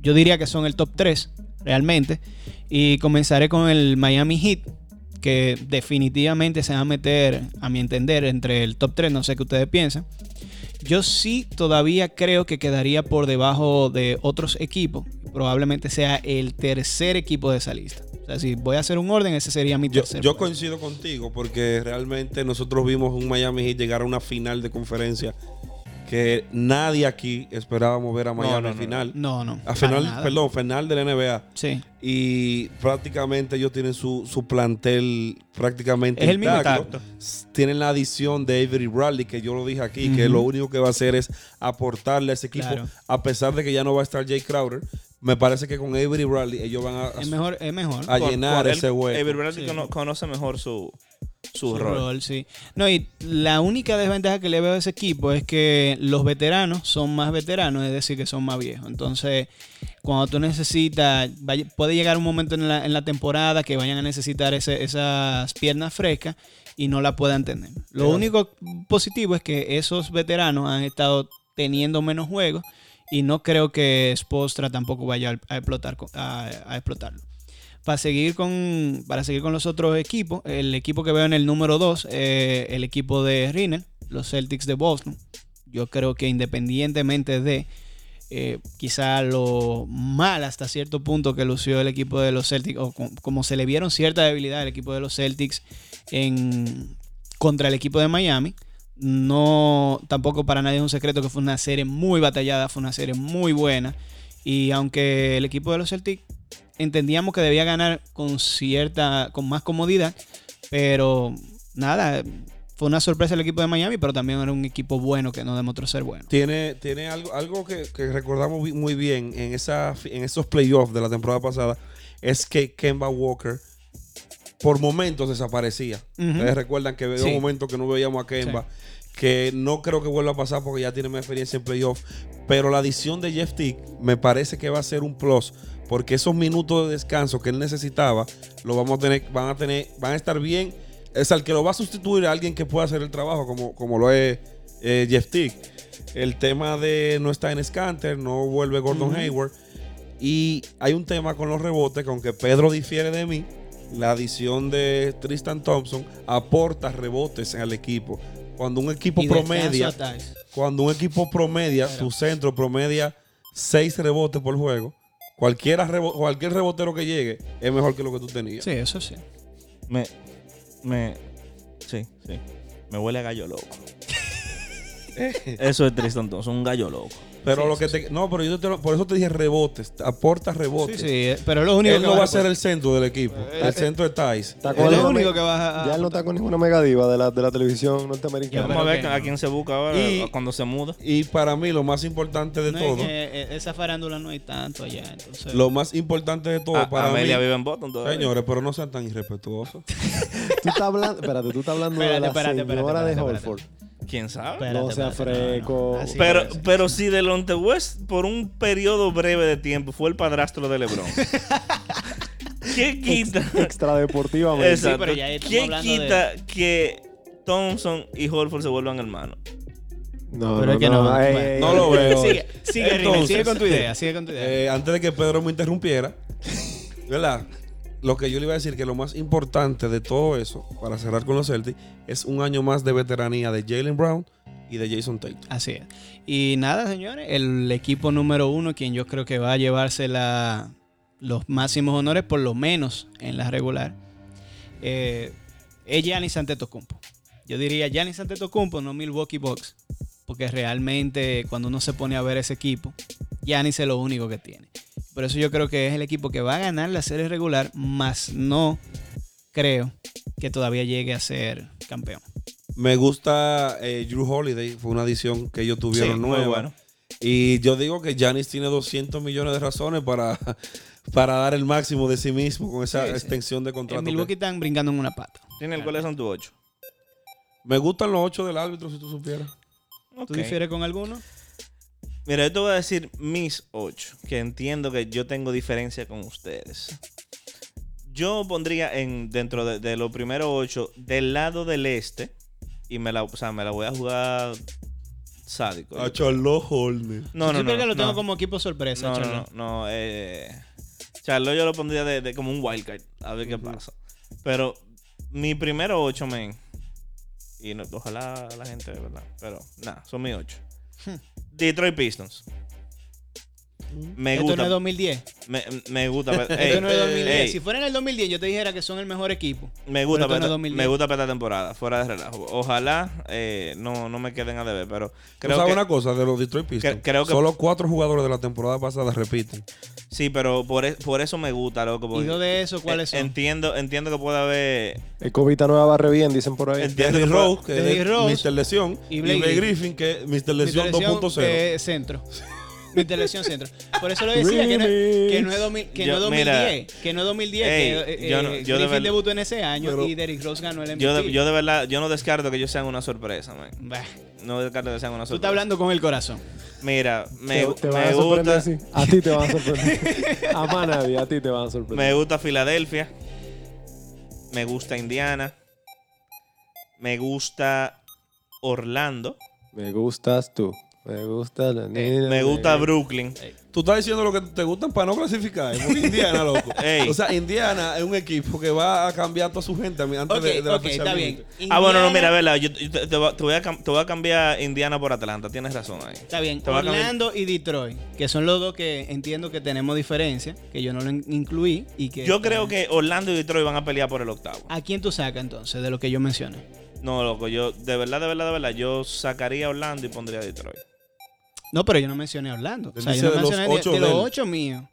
B: yo diría que son el top 3, realmente. Y comenzaré con el Miami Heat, que definitivamente se va a meter, a mi entender, entre el top 3, no sé qué ustedes piensan. Yo sí todavía creo que quedaría por debajo de otros equipos. Probablemente sea el tercer equipo de esa lista. O sea, si voy a hacer un orden, ese sería mi
D: Yo,
B: tercer.
D: yo
B: puesto.
D: coincido contigo porque realmente nosotros vimos un Miami Heat llegar a una final de conferencia que nadie aquí esperábamos ver a Miami
A: no, no,
D: final.
B: No, no.
D: A
B: para
D: final,
B: nada.
D: perdón, final de la NBA.
B: Sí.
D: Y prácticamente ellos tienen su, su plantel prácticamente
B: Es el mismo
D: S- Tienen la adición de Avery Bradley, que yo lo dije aquí, que
B: Ujú.
D: lo único que va a hacer es aportarle a ese equipo.
B: Claro.
D: A pesar de que ya no va a estar Jay Crowder, me parece que con Avery Bradley ellos van a...
B: Es mejor, es mejor.
D: a llenar ese hueco.
A: Everett Bradley
B: Sí.
A: cono- conoce mejor su, su,
B: Su
A: rol.
B: rol, sí. No, y la única desventaja que le veo a ese equipo es que los veteranos son más veteranos, es decir, que son más viejos. Entonces, cuando tú necesitas, vaya- puede llegar un momento en la, en la temporada que vayan a necesitar ese- esas piernas frescas y no la puedan tener. Lo único positivo es que esos veteranos han estado teniendo menos juegos y no creo que Spostra tampoco vaya a explotar co- a- a explotarlo para seguir con para seguir con los otros equipos, el equipo que veo en el número 2, el equipo de Rinner, los Celtics de Boston. Yo creo que independientemente de eh, quizá lo mal hasta cierto punto que lució el equipo de los Celtics, o com- como se le vieron cierta debilidad al equipo de los Celtics en, contra el equipo de Miami. No, tampoco para nadie es un secreto que fue una serie muy batallada, fue una serie muy buena. Y aunque el equipo de los Celtics entendíamos que debía ganar con cierta, con más comodidad, pero nada, fue una sorpresa el equipo de Miami, pero también era un equipo bueno que no demostró ser bueno.
D: Tiene, tiene algo, algo que, que recordamos bi- muy bien en, esa, fi- en esos playoffs de la temporada pasada, es que Kemba Walker por momentos desaparecía.
B: Ujú.
D: Ustedes recuerdan que había
B: Sí.
D: momentos que no veíamos a Kemba, que no creo que vuelva a pasar porque ya tiene más experiencia en playoffs, pero la adición de Jeff Tick me parece que va a ser un plus, porque esos minutos de descanso que él necesitaba, lo vamos a tener, van a tener, van a estar bien. Es al que lo va a sustituir a alguien que pueda hacer el trabajo, como, como lo es eh, Jeff Tick. El tema de no está en Scanter, no vuelve Gordon
B: Ujú.
D: Hayward. Y hay un tema con los rebotes, que aunque Pedro difiere de mí, la adición de Tristan Thompson aporta rebotes al equipo. Cuando un equipo
B: Y
D: promedia,
B: descanso a Tice.
D: cuando un equipo promedia,
B: Espera.
D: su centro promedia seis rebotes por juego, cualquiera rebo- cualquier rebotero que llegue es mejor que lo que tú tenías.
B: Sí, eso sí.
A: Me, me, sí, sí. Me huele a gallo loco. Eso es Tristan Thompson, un gallo loco.
D: Pero
B: Sí,
D: lo que te, no, pero yo te lo- por eso te dije rebotes, aporta
B: Sí,
D: rebotes.
B: sí, eh, pero lo único
D: Él
B: que
D: no va a
B: hacer
D: ser el centro del equipo.
B: Eh,
D: el centro es Thais.
C: Está
B: Es
C: con
B: lo
C: la-
B: único que vas a-
C: Ya él no está con ninguna mega diva de la, de la televisión norteamericana.
A: Vamos a
B: pero
A: ver
B: que
A: a
B: no.
A: quién se busca ahora
D: Y-
A: cuando se muda.
D: Y para mí lo más importante de
B: No es
D: todo,
B: que, eh, esa farándula no hay tanto allá, entonces.
D: lo más importante de todo
A: A-
D: para
A: Amelia
D: mí,
A: vive en Boston todavía.
D: señores, pero no sean tan irrespetuosos.
C: Tú estás hablando, espérate, tú estás hablando de
B: Espérate,
C: la
B: espérate, espérate,
C: señora
B: espérate,
C: de
B: espérate.
C: Holford.
A: ¿Quién sabe?
B: Espérate,
C: No sea
B: espérate, no, no, no.
C: freco.
B: Así
A: Pero,
B: no puede ser.
A: pero si Delonte West por un periodo breve de tiempo fue el padrastro de LeBron. ¿Qué quita?
C: Extradeportivamente.
A: Exacto.
B: pero ya estamos
A: ¿Qué
B: hablando
A: quita que Thompson y Holford se vuelvan hermanos?
C: No, eh,
B: Pero es que no,
C: ey,
B: bueno.
C: ey,
D: No lo
C: ey.
D: veo.
B: Sigue, sigue, Rina,
D: Entonces,
B: sigue con tu idea, sigue con tu idea.
D: Eh, antes de que Pedro me interrumpiera, ¿verdad? Lo que yo le iba a decir que lo más importante de todo eso, para cerrar con los Celtics, es un año más de veteranía de Jalen Brown y de Jason Tate.
B: Así es. Y nada, señores, el equipo número uno, quien yo creo que va a llevarse la- los máximos honores, por lo menos en la regular, eh, es Giannis Antetokounmpo. Yo diría Giannis Antetokounmpo, no Milwaukee Bucks, porque realmente cuando uno se pone a ver ese equipo, Giannis es lo único que tiene. Por eso yo creo que es el equipo que va a ganar la serie regular, más no creo que todavía llegue a ser campeón.
D: Me gusta eh, Drew Holiday, fue una adición que ellos tuvieron
A: Sí, muy
D: nueva.
A: bueno.
D: Y yo digo que Janis tiene 200 millones de razones para, para dar el máximo de sí mismo con esa
B: Sí, sí.
D: extensión de contrato.
B: En
D: que-
B: Milwaukee están brincando en una pata.
A: ¿Tiene el cuáles son tus ocho?
D: Me gustan los ocho del árbitro, si tú supieras.
B: ¿Tú
A: Ok.
B: difieres con alguno?
A: Mira, yo te voy a decir mis ocho, que entiendo que yo tengo diferencia con ustedes. Yo pondría en, dentro de, de los primeros ocho del lado del este, y me la, o sea, me la voy a jugar sádico.
D: A Charlotte Horner.
A: No, no,
B: yo
A: no.
B: creo que lo tengo
A: no.
B: como equipo sorpresa,
A: no, no,
B: Charlo.
A: no, no, eh, Charlo yo lo pondría de, de como un wildcard, a ver qué pasa. Pero Mi primero 8, men. Y no- ojalá la gente, de verdad. Pero nada, son mis 8.
B: Hmm.
A: Detroit Pistons. Me
B: Esto no
A: gusta. Eh,
B: es 2010.
A: me, me gusta.
B: Esto no es
A: ey,
B: 2010.
A: ey,
B: Si fuera en el 2010, yo te dijera que son el mejor equipo.
A: me gusta,
B: pero esto no
A: para,
B: es 2010.
A: me gusta para esta temporada, fuera de relajo. Ojalá eh, no, no me queden a deber, pero
D: ¿Tú
A: creo
D: sabes
A: que
D: una cosa de los Detroit Pistons?
A: Cre- creo que-
D: Solo cuatro jugadores de la temporada pasada repiten.
A: sí, pero por, e- por eso me gusta, loco.
B: ¿Y
A: porque-
B: dos de esos cuáles
A: Eh,
B: son?
A: Entiendo, entiendo que puede haber.
C: El Covita nueva barre bien, dicen por ahí.
A: Entiendo
D: Derrick
A: que puede-
D: Rose, que
B: Derrick
D: es
B: Rose
D: Mr. Lesión.
B: y
D: Y
B: Blake
D: Blake,
B: Griffin.
D: Griffin, que es Mr. Lesión 2.0.
B: eh, centro. Ventilación centro. Por eso lo decía que no, que no es, 2000 que no es
A: Yo-
B: 2010.
A: mira.
B: que no es 2010.
A: Ey,
B: que, eh,
A: yo no- yo de
B: Griffin
A: verdad-
B: debutó en ese año
D: Pero-
B: y Derrick Rose ganó el MVP.
A: Yo de, yo de verdad, yo no descarto que ellos sean una sorpresa, man.
B: Bah,
A: No descarto que sean una sorpresa.
B: tú estás hablando con el corazón.
A: Mira, me,
C: te, te van
A: me
C: a sorprender,
A: gusta.
C: sí. A ti te van a sorprender. a más nadie, a ti te van a sorprender.
A: Me gusta Filadelfia. Me gusta Indiana. Me gusta Orlando.
C: Me gustas tú. Me gusta la niña.
A: Me gusta Brooklyn.
D: Tú estás diciendo lo que te gustan para no clasificar. Es muy Indiana, loco.
A: Ey.
D: O sea, Indiana es un equipo que va a cambiar a toda su gente antes
B: Ok,
D: de, de la
B: ok,
D: fecha
B: está bien.
D: límite.
A: Ah, bueno, no,
B: Indiana-
A: mira, verdad. Yo, yo te, te voy a- te voy a, cam- te voy a cambiar Indiana por Atlanta. Tienes razón ahí.
B: Está bien,
A: Te voy a cambiar-
B: Orlando y Detroit, que son los dos que entiendo que tenemos diferencia, que yo no lo in- incluí y que...
A: Yo creo que Orlando y Detroit van a pelear por el octavo.
B: ¿A quién tú sacas entonces de lo que yo mencioné?
A: No, loco, yo de verdad, de verdad, de verdad, yo sacaría a Orlando y pondría a Detroit.
B: No, pero yo no mencioné a Orlando. O
D: Él
B: sea, yo
D: dice
B: no
D: de los
B: mencioné de,
D: ocho
B: de
D: de
B: los
D: él.
B: ocho míos.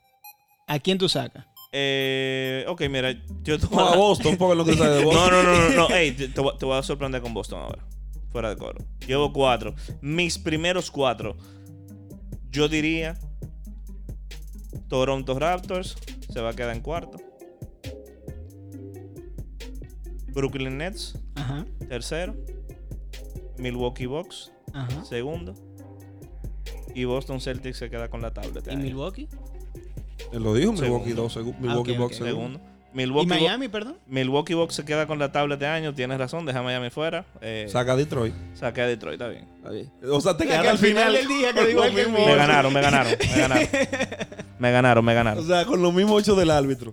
B: ¿A quién tú sacas?
A: Eh, ok, mira, yo te
D: No, a Boston, porque lo que sabe de Boston.
A: No, no, no, no, no. Ey, te, te voy a- te voy a sorprender con Boston ahora. Fuera de coro. Llevo cuatro. Mis primeros cuatro. Yo diría. Toronto Raptors se va a quedar en cuarto. Brooklyn Nets,
B: Ajá,
A: tercero. Milwaukee Bucks,
B: ajá.
A: segundo. Y Boston Celtics se queda con la tabla. este
B: ¿Y
A: año.
B: Milwaukee?
D: Él lo dijo, Milwaukee
A: Segundo. Ah,
D: 2, segu- Milwaukee
B: ok,
D: Bucks
B: ok.
D: segundo.
A: Segundo. Milwaukee,
B: ¿Y
A: Bu-
B: Miami, perdón?
A: Milwaukee Bucks se queda con la tabla este año. Tienes razón, deja a Miami fuera. Eh,
D: Saca a Detroit.
A: saqué a Detroit, está bien.
D: Está bien. O sea, te
B: Mira, que
D: quedaste al
B: al final
D: final.
B: del día
D: con
B: quedó igual
D: lo
B: que el
D: mismo
A: Me
B: Ocho.
A: ganaron, me ganaron, me ganaron. Me ganaron, me
D: ocho. O
A: ganaron.
D: sea, con los mismos ocho del árbitro.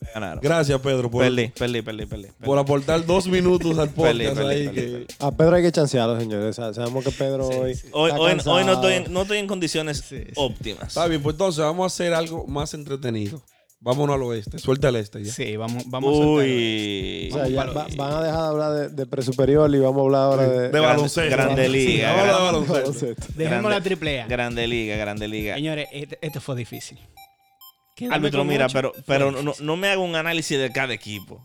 A: Me ganaron.
D: Gracias, Pedro, por,
A: Perdí, perdí, perdí, perdí.
D: por aportar dos minutos al podcast
A: Perdí, perdí,
D: ahí.
A: perdí,
D: que-
A: perdí.
C: A Pedro hay que chancearlo, señores. O sea, sabemos que Pedro hoy.
A: Hoy,
C: está
A: hoy- hoy
C: cansado.
A: no, estoy en, no estoy en condiciones óptimas.
D: Está bien, pues entonces vamos a hacer algo más entretenido. Vámonos al oeste. Suelta el este ya.
B: Sí, vamos, vamos a
A: Uy.
C: O sea, ya
B: Vamos
C: va-
B: para lo-
C: van a dejar de hablar de, de presuperior y vamos a hablar ahora de.
D: De baloncesto.
A: Grande liga.
D: Vamos a hablar de
A: gran-
D: baloncesto.
B: Dejemos la triple A.
A: Grande liga, grande liga.
B: Señores, este, este fue difícil. Quedarme
A: Árbitro,
B: con
A: mira,
B: ocho
A: pero,
B: fue
A: pero no,
B: difícil.
A: no me hago un análisis de cada equipo.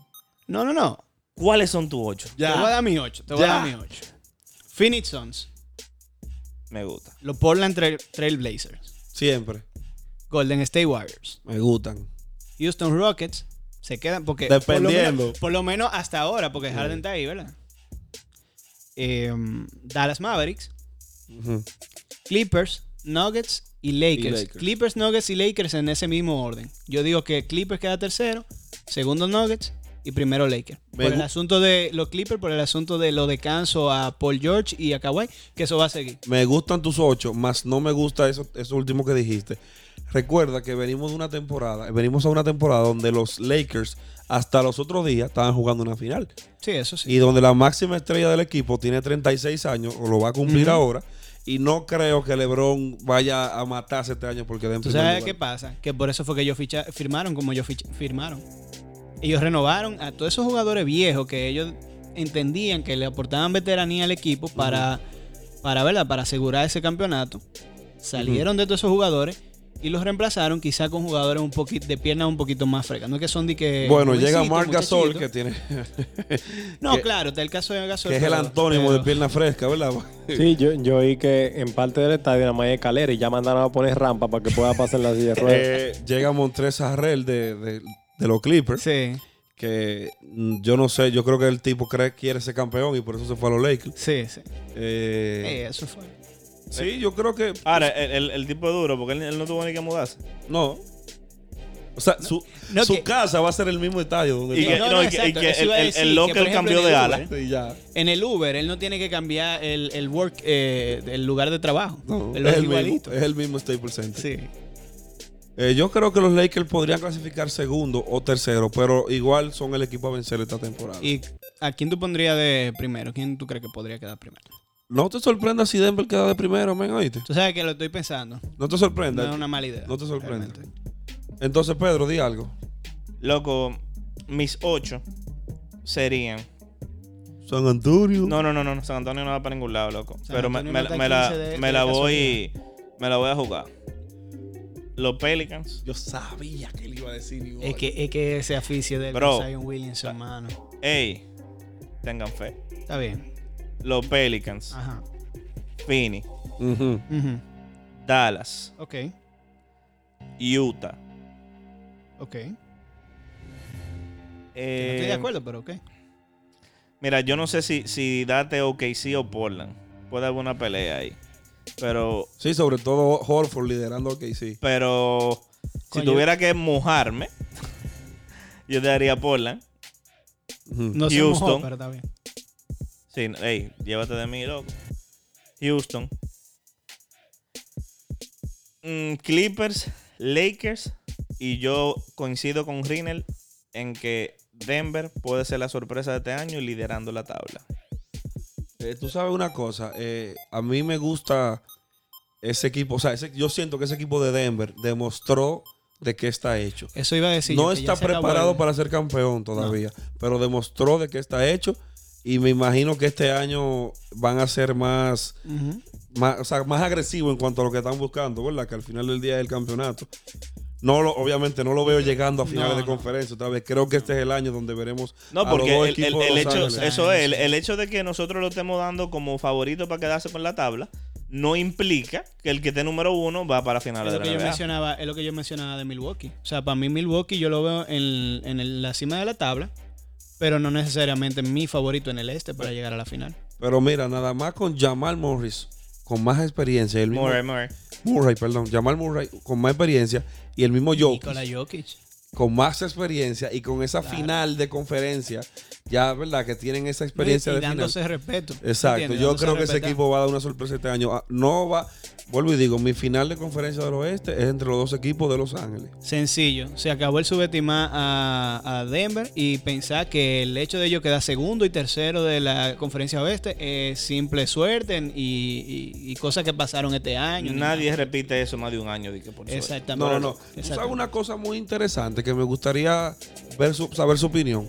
B: No, no, no.
A: ¿Cuáles son tus ocho?
B: Te voy a
D: Ya.
B: dar mi 8. Te voy a
D: Ya.
B: dar mi 8. Phoenix Suns,
A: Me gusta.
B: los Portland Trail, Trail Blazers,
D: Siempre.
B: Golden State Warriors,
D: Me gustan.
B: Houston Rockets, se quedan porque. Por lo
D: Dependiendo.
B: menos, por lo menos hasta ahora, porque Harden está ahí, ¿verdad? Eh, Dallas Mavericks,
D: Ujú.
B: Clippers, Nuggets y Lakers.
D: Lakers.
B: Clippers, Nuggets y Lakers en ese mismo orden. Yo digo que Clippers queda tercero, segundo Nuggets y primero Lakers.
D: Me
B: Por el
D: gu-
B: asunto de los Clippers, por el asunto de lo descanso a Paul George y a Kawhi, que eso va a seguir.
D: Me gustan tus ocho, más no me gusta eso, eso último que dijiste. Recuerda que venimos de una temporada, venimos a una temporada donde los Lakers hasta los otros días estaban jugando una final.
B: Sí, eso sí.
D: Y donde la máxima estrella del equipo tiene 36 años, o lo va a cumplir ahora. Y no creo que LeBron vaya a matarse este año porque
B: ¿Tú
D: dentro
B: sabes qué pasa? Que por eso fue que ellos ficha- firmaron como ellos ficha- firmaron. Ellos renovaron a todos esos jugadores viejos que ellos entendían que le aportaban veteranía al equipo para, para, ¿verdad? para asegurar ese campeonato. Salieron de todos esos jugadores y los reemplazaron quizá con jugadores un poquito de piernas un poquito más frescas. No es que son de que...
D: Bueno, llega
B: jovencitos,
D: Marc Gasol, que
B: muchachitos.
D: tiene
B: No,
D: que-
B: claro, está el caso de Gasol.
D: que es el
B: pero-
D: antónimo de
B: pero-
D: pierna fresca, ¿verdad?
C: Sí, yo, yo oí que en parte del estadio nada más hay escalera y ya mandaron a poner rampa para que pueda pasar la silla de ruedas.
D: Eh, llega Montrez Harrell de, de- de los Clippers,
B: Sí,
D: que mm, yo no sé, yo creo que el tipo cree quiere ser campeón y por eso se fue a los Lakers.
B: sí, sí. Eh,
D: Eh,
B: eso fue.
D: sí, yo creo que ah,
A: Ahora, el, el- el tipo es duro, porque él, él no tuvo ni que mudarse.
D: no. O sea, su,
B: no,
D: su
B: que-
D: casa va a ser el mismo estadio donde
A: Y que,
D: está.
B: no,
A: no, y que-
B: exacto,
A: y que
B: eso
A: el,
B: iba a
A: el,
B: decir,
A: el
B: que,
A: local
B: por ejemplo, ¿eh?
A: cambió
B: en
A: de
B: el
A: ala.
D: Y ya.
B: En el Uber, él no tiene que cambiar el, el work, eh, el lugar de trabajo.
D: No,
B: Él
D: es,
B: es
D: el mismo,
B: igualito.
D: es el mismo Staples Center.
B: Sí.
D: Eh, yo creo que los Lakers podrían clasificar segundo o tercero, pero igual son el equipo a vencer esta temporada.
B: ¿Y a quién tú pondrías de primero? ¿Quién tú crees que podría quedar primero?
D: No te sorprenda si Denver queda de primero, men, oíste.
B: Tú sabes que lo estoy pensando.
D: No te
B: No
D: sorprenda.
B: es una mala idea.
D: No te sorprende.
B: realmente.
D: Entonces, Pedro, di algo.
A: Loco, mis ocho serían.
D: San Antonio.
A: No, no, no, no, no, San Antonio no va para ningún lado, loco.
B: San
A: Pero me,
B: Antonio
A: me-
B: no está
A: me la,
B: 15 de-
A: me
B: de
A: la voy. Me la voy a jugar. Los Pelicans.
D: Yo sabía que él iba a decir igual.
B: Es que, es que ese aficio del
A: Bro.
B: Zion Williams, hermano.
A: Ey, tengan fe.
B: Está bien.
A: Los Pelicans.
B: Ajá.
A: Phoenix.
D: Ujú.
B: Ujú.
A: Dallas.
B: Ok.
A: Utah.
B: Ok.
A: Eh,
B: no estoy de acuerdo, pero ok.
A: Mira, yo no sé si, si date OKC o Portland. Puede haber una pelea ahí. Pero,
D: Sí, sobre todo Horford liderando a KC.
A: pero si
B: Coño.
A: tuviera que mojarme, yo te daría Portland.
D: Ujú.
B: No se mojó,
A: Houston.
B: pero está bien.
A: Sí, ey, llévate de mí, loco. Houston. Mm, Clippers, Lakers. Y yo coincido con Rinel en que Denver puede ser la sorpresa de este año y liderando la tabla.
D: Eh, tú sabes una cosa, eh, a mí me gusta ese equipo, o sea, ese- yo siento que ese equipo de Denver demostró de qué está hecho.
B: Eso iba a decir.
D: no
B: yo, que ya
D: está
B: se acabó
D: preparado
B: el-
D: para ser campeón todavía, pero demostró de qué está hecho y me imagino que este año van a ser más,
B: Ujú.
D: más, o sea, más agresivos en cuanto a lo que están buscando, ¿verdad? Que al final del día del campeonato. No lo, obviamente no lo veo llegando a finales
B: No,
D: de
B: no.
D: conferencia otra vez. Creo que este es el año donde veremos. a
A: No,
D: los
A: porque
D: dos
A: el, el-
D: equipos de
A: el
D: Los
A: hecho,
D: Ángeles.
A: eso es, el, el hecho de que nosotros lo estemos dando como favorito para quedarse con la tabla, no implica que el que esté número uno va para finales de
B: Es
A: la
B: lo, que yo
A: NBA.
B: mencionaba, es lo que yo mencionaba de Milwaukee. O sea, para mí Milwaukee yo lo veo en, en el- la cima de la tabla, pero no necesariamente mi favorito en el este para llegar a la final.
D: Pero mira, nada más con Jamal Morris, con más experiencia, el mismo
A: Murray,
D: Murray,
A: Murray.
D: perdón, Jamal Murray con más experiencia y el mismo
B: Nikola
D: Jokic
B: Jokic.
D: con más experiencia y con esa final de conferencia, ya verdad que tienen esa experiencia
B: y
D: de final.
B: dándose respeto.
D: Exacto,
B: ¿entiendes?
D: yo
B: Dándose
D: creo que ese
B: respetar.
D: equipo va a dar una sorpresa este año. Ah, No va, vuelvo y digo, mi final de conferencia del oeste es entre los dos equipos de Los Ángeles.
B: Sencillo. Se acabó el subestimar a, a Denver y pensar que el hecho de ellos quedar segundo y tercero de la conferencia oeste es simple suerte y, y- y cosas que pasaron este año. ni
A: Nadie
B: nada.
A: repite eso más de un año. di que por suerte.
B: Exactamente.
D: No, no, no. Tú sabes
B: Exactamente.
D: una cosa muy interesante que me gustaría ver su- saber su opinión.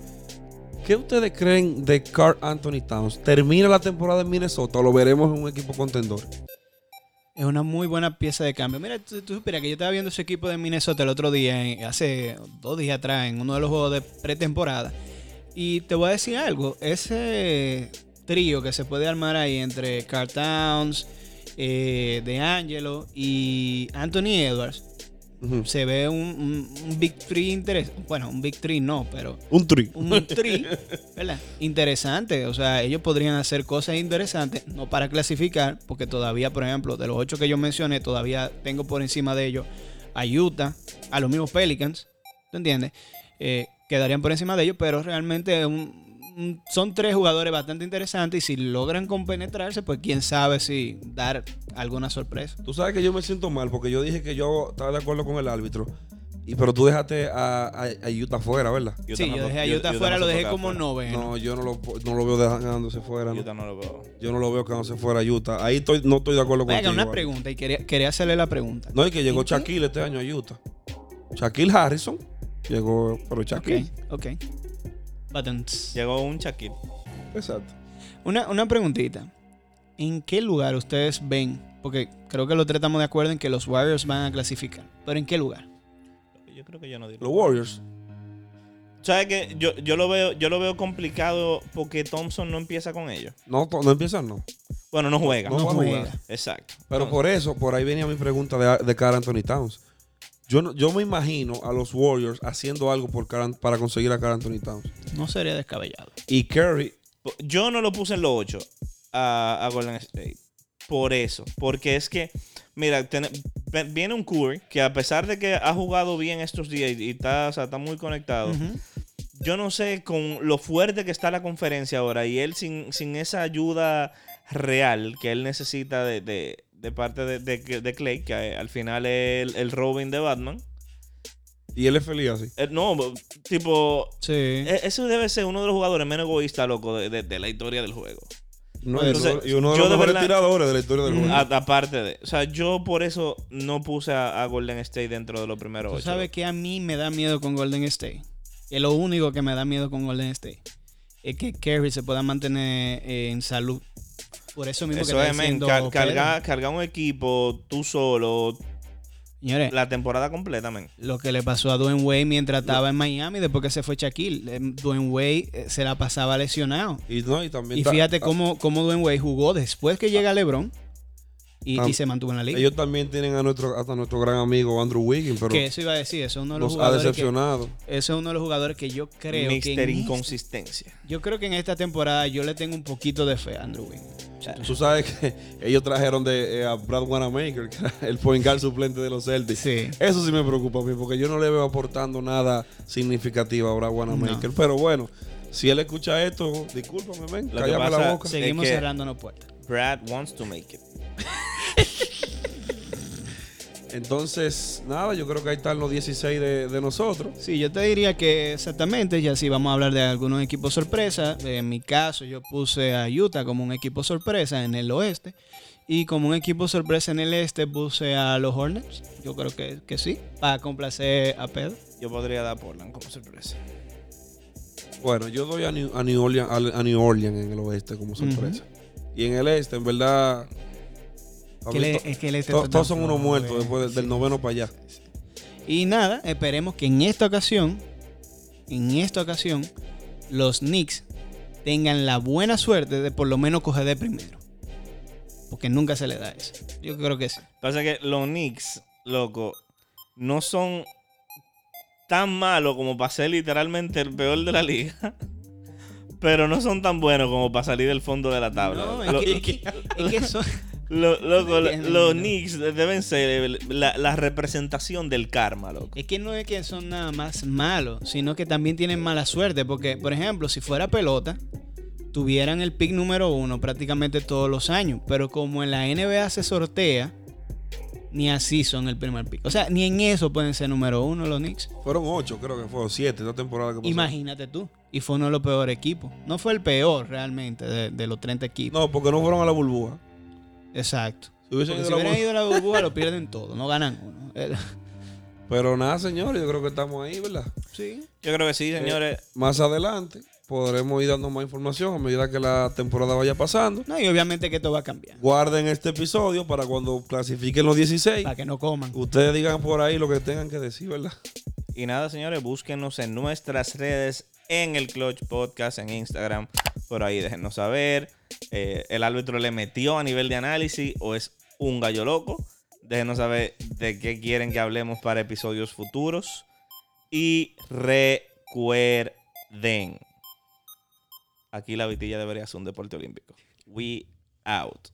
D: ¿Qué ustedes creen de Carl Anthony Towns? ¿Termina la temporada en Minnesota o lo veremos en un equipo contendor?
B: Es una muy buena pieza de cambio. Mira, tú, tú supieras que yo estaba viendo ese equipo de Minnesota el otro día, en- hace dos días atrás, en uno de los juegos de pretemporada. Y te voy a decir algo, ese trío que se puede armar ahí entre Carl Towns, eh, De Angelo y Anthony Edwards,
D: Ujú.
B: se ve un, un- un Big Three interesante. Bueno, un Big Three no, pero
D: Un tri.
B: un tri, ¿verdad? Interesante, o sea, ellos podrían hacer cosas interesantes, no para clasificar, porque todavía, por ejemplo, de los ocho que yo mencioné, todavía tengo por encima de ellos a Utah, a los mismos Pelicans, ¿tú entiendes? Eh, quedarían por encima de ellos, pero realmente es un- un- son tres jugadores bastante interesantes y si logran compenetrarse, pues quién sabe si dar alguna sorpresa.
D: Tú sabes que yo me siento mal porque yo dije que yo estaba de acuerdo con el árbitro. Y, pero tú dejaste a, a- a Utah fuera, ¿verdad?
A: Utah
B: sí,
A: no
B: yo
A: to-
B: dejé a
A: Ut-
B: Utah
A: no
B: fuera,
A: se
B: lo dejé
A: toca
B: como
A: fuera.
B: noveno.
D: No, yo no lo, no lo veo dejándose fuera. ¿no?
A: Utah no lo veo.
D: Yo no lo veo quedándose fuera Utah. Ahí estoy- no estoy de acuerdo con
B: Venga, una pregunta y quería, quería hacerle la pregunta.
D: No, y que llegó
B: ¿Y qué?
D: Shaquille este año a Utah. Shaquille Harrison llegó, pero
B: Ok,
D: Shaquille.
B: ok. Buttons.
A: Llegó un Shaquille.
D: Exacto.
B: Una, una preguntita. ¿En qué lugar ustedes ven? Porque creo que los tres estamos de acuerdo en que los Warriors van a clasificar. ¿Pero en qué lugar?
A: Yo creo que yo no diría.
D: Los Warriors.
A: ¿Sabes qué? Yo, yo, lo veo, yo lo veo complicado porque Thompson no empieza con ellos.
D: No, to- no empiezan, no.
A: Bueno, no juega.
D: No. va a jugar.
A: Exacto.
D: Pero
A: Entonces,
D: por eso, por ahí venía mi pregunta de, de Carl Anthony Towns. Yo, no- yo me imagino a los Warriors haciendo algo por Karl An- para conseguir a Carl Anthony Towns.
B: No sería descabellado.
D: Y Curry,
A: Yo no lo puse en los 8 a, a Golden State. Por eso. Porque es que, mira, ten- ve- viene un Curry que a pesar de que ha jugado bien estos días y, y está, o sea, está muy conectado,
B: Ujú.
A: yo no sé con lo fuerte que está la conferencia ahora y él sin, sin esa ayuda real que él eh, necesita de, de- de parte de, de- de Clay, que al final es el, el Robin de Batman,
D: Y él es feliz así.
A: Eh, no, tipo,
B: Sí.
A: e- ese debe ser uno de los jugadores menos egoístas, loco, de, de- de la historia del juego.
D: No,
A: Bueno,
D: y uno-
A: entonces,
D: y uno de
A: yo
D: los
A: de
D: mejores
A: verdad-
D: tiradores de la historia
B: Mm.
D: del juego.
A: A- Aparte de, o sea, yo por eso no puse a, a Golden State dentro de los primeros
B: Tú
A: ocho.
B: sabes que a mí me da miedo con Golden State. Que lo único que me da miedo con Golden State es que Curry se pueda mantener eh, en salud. Por eso mismo
A: Eso
B: que
A: es,
B: está
A: men,
B: diciendo
A: car-
B: Pedro.
A: cargar, cargar un equipo tú solo,
B: Señores,
A: la temporada completa, men.
B: lo que le pasó a Dwayne Wade mientras estaba en Miami, después que se fue Shaquille, eh, Dwayne Wade eh, se la pasaba lesionado.
D: Y, no, y también
B: Y
D: ta-
B: fíjate
D: ta-
B: cómo, cómo Dwayne Wade jugó después que llega LeBron y,
D: Ah,
B: y se mantuvo en la liga.
D: Ellos también tienen a nuestro, hasta nuestro gran amigo Andrew Wiggins, pero
B: que eso iba a decir, eso es uno de los
D: nos ha
B: jugadores que,
D: decepcionado.
B: eso es uno de los jugadores que yo creo que
A: Mister
B: en esta-
A: Inconsistencia.
B: Yo creo que en esta temporada yo le tengo un poquito de fe a Andrew Wiggins. O sea,
D: Tú sabes que ellos trajeron de, eh, a Brad Wanamaker, que era el point guard suplente de los Celtics.
B: Sí.
D: Eso sí me preocupa a mí, porque yo no le veo aportando nada significativo a Brad Wanamaker. Pero bueno, si él escucha esto, discúlpame, ven,
A: que
D: cállame
A: pasa-
D: la boca.
A: sí.
B: seguimos
A: Es que-
B: cerrándonos puertas.
A: Brad wants to make it.
D: Entonces, nada, yo creo que ahí están los 16 de, de nosotros.
B: Sí, yo te diría que exactamente, ya si vamos a hablar de algunos equipos sorpresa, en mi caso yo puse a Utah como un equipo sorpresa en el oeste y como un equipo sorpresa en el este puse a los Hornets, yo creo que, que sí, para complacer a Pedro.
A: Yo podría dar a Portland como sorpresa.
D: Bueno, yo doy a New, a New Orleans, a, a New Orleans en el oeste como sorpresa. Y en el este, en verdad. a
B: Que
D: mí
B: le-
D: to-
B: es que el este
D: to-
B: está
D: todos
B: tan
D: son unos
B: flojo,
D: muertos
B: eh.
D: después del, del noveno para allá.
B: Y nada, esperemos que en esta ocasión, en esta ocasión, los Knicks tengan la buena suerte de por lo menos coger de primero. Porque nunca se le da eso. Yo creo que sí.
A: Pasa que los Knicks, loco, no son tan malos como para ser literalmente el peor de la liga. Pero no son tan buenos como para salir del fondo de la tabla.
B: No, es
A: Lo-
B: que- es que- es que eso-
A: lo- loco,
B: no entiendo,
A: los
B: no.
A: Knicks deben ser la, la representación del karma, loco.
B: es que no es que son nada más malos, sino que también tienen mala suerte. Porque, por ejemplo, si fuera pelota, tuvieran el pick número uno prácticamente todos los años. Pero como en la NBA se sortea, ni así son el primer pick. O sea, ni en eso pueden ser número uno los Knicks.
D: Fueron ocho, creo que fueron siete esta temporada que pasó.
B: Imagínate tú. Y fue uno de los peores equipos. No fue el peor realmente de, de los 30 equipos.
D: No, porque no fueron a la burbuja.
B: Exacto.
D: Si hubiesen
B: Porque
D: ido
B: si
D: a la
B: hubieran ido
D: burbuja.
B: a la burbuja, lo pierden todo. No ganan uno. Eh,
D: Pero nada, señores, yo creo que estamos ahí, ¿verdad?
B: Sí.
A: Yo creo que sí, señores.
D: Más adelante podremos ir dando más información a medida que la temporada vaya pasando.
B: No, y obviamente que esto va a cambiar.
D: Guarden este episodio para cuando clasifiquen los 16.
B: Para que no coman.
D: Ustedes digan por ahí lo que tengan que decir, ¿verdad?
A: Y nada, señores, búsquenos en nuestras redes, en el Clutch Podcast, en Instagram. Por ahí déjenos saber. eh, el árbitro le metió a nivel de análisis o es un gallo loco. Déjenos saber de qué quieren que hablemos para episodios futuros. Y recuerden, aquí la vitilla debería ser un deporte olímpico. We out.